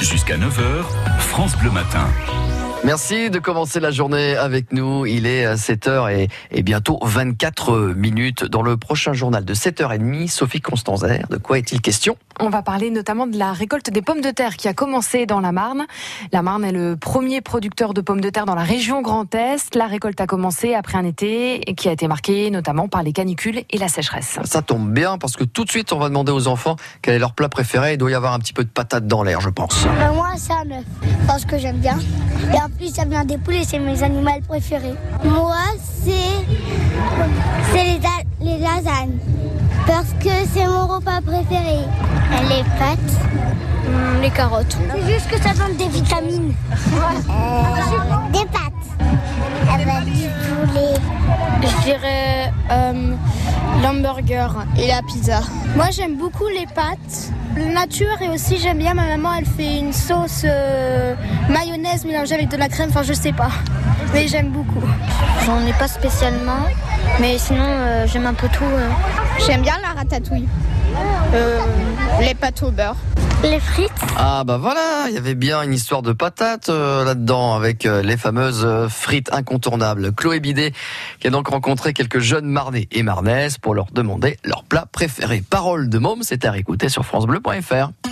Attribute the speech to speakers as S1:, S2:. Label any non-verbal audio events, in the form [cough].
S1: Jusqu'à 9h, France Bleu Matin.
S2: Merci de commencer la journée avec nous. Il est 7h et, et bientôt 24 minutes. Dans le prochain journal de 7h30, Sophie Constanzer, de quoi est-il question
S3: On va parler notamment de la récolte des pommes de terre qui a commencé dans la Marne. La Marne est le premier producteur de pommes de terre dans la région Grand Est. La récolte a commencé après un été qui a été marqué notamment par les canicules et la sécheresse.
S2: Ça tombe bien parce que tout de suite, on va demander aux enfants quel est leur plat préféré. Il doit y avoir un petit peu de patate dans l'air, je pense.
S4: Ben, moi, c'est un œuf, parce que j'aime bien. Et en plus, ça vient des poulets, c'est mes animaux préférés. Moi, c'est c'est les, da- les lasagnes, parce que c'est mon repas préféré. Les pâtes, Hmm, les carottes. C'est juste que ça donne des [laughs] vitamines. des pâtes, du poulet.
S5: Je dirais euh, l'hamburger et la pizza. Moi j'aime beaucoup les pâtes, la nature et aussi j'aime bien ma maman elle fait une sauce euh, mayonnaise mélangée avec de la crème, enfin je sais pas. Mais j'aime beaucoup.
S6: J'en ai pas spécialement, mais sinon euh, j'aime un peu tout. euh.
S5: J'aime bien la ratatouille. Euh, les pâtes au beurre.
S4: Les frites,
S2: Ah bah voilà, il y avait bien une histoire de patate euh, là-dedans avec euh, les fameuses euh, frites incontournables. Chloé Bidet qui a donc rencontré quelques jeunes Marnais et Marnaises pour leur demander leur plat préféré. Parole de môme, c'est à réécouter sur francebleu.fr.